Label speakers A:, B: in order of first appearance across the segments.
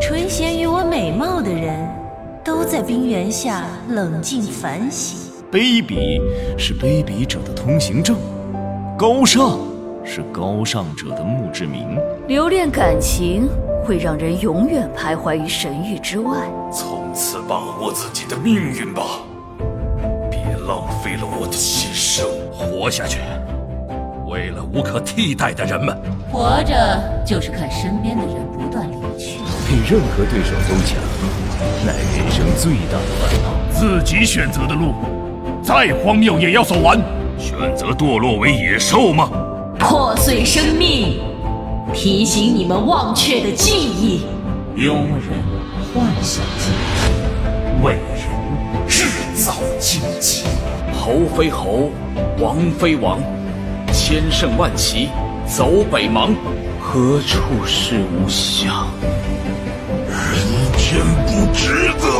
A: 垂涎于我美貌的人，都在冰原下冷静反省。
B: 卑鄙是卑鄙者的通行证，高尚是高尚者的墓志铭。
A: 留恋感情会让人永远徘徊于神域之外。
C: 从此把握自己的命运吧，别浪费了我的心声。
D: 活下去，为了无可替代的人们。
E: 活着就是看身边的人不断离去，
F: 比任何对手都强，乃人生最大的烦恼。
G: 自己选择的路，再荒谬也要走完。
C: 选择堕落为野兽吗？
E: 破碎生命，提醒你们忘却的记忆。
C: 妖人幻想境界，为人制造荆棘。
H: 侯非侯，王非王，千乘万骑走北邙。
F: 何处是吾乡？
C: 人间不值得。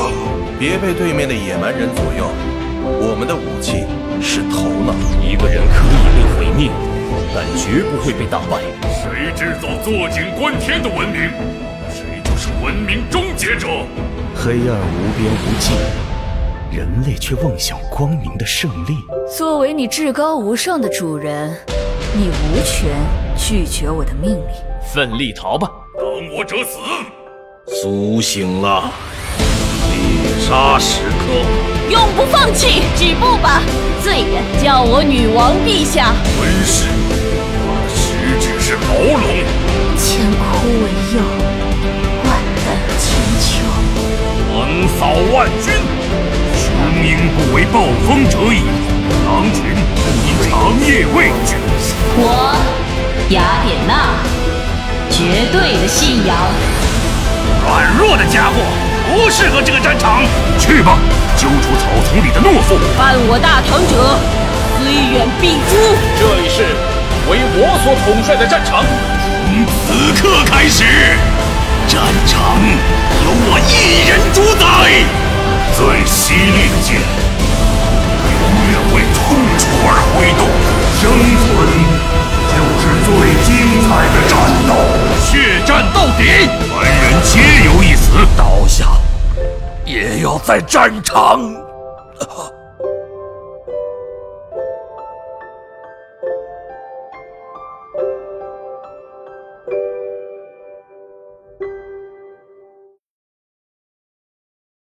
I: 别被对面的野蛮人左右，我们的武器是头脑。
F: 一个人可以被毁灭，但绝不会被打败。
G: 谁制造坐井观天的文明，谁就是文明终结者。
F: 黑暗无边无际，人类却妄想光明的胜利。
A: 作为你至高无上的主人，你无权拒绝我的命令。
F: 奋力逃吧！
G: 挡我者死！
C: 苏醒了。杀时刻，
E: 永不放弃，止步吧！罪人叫我女王陛下。
G: 吞噬，他的食指是牢笼。
A: 千枯为釉，万代千秋。
G: 横扫万军，雄鹰不为暴风者矣，狼群不因长夜畏惧。
E: 我，雅典娜，绝对的信仰。
G: 软弱的家伙。不适合这个战场，去吧，揪出草丛里的懦夫！
E: 犯我大唐者，虽远必诛！
H: 这里是为我所统帅的战场，
G: 从此刻开始，战场由我一人主宰。最犀利的剑，永远为痛楚而挥动。生存就是最精彩的战斗，血战到底，凡人皆有一死。
D: 倒下，也要在战场。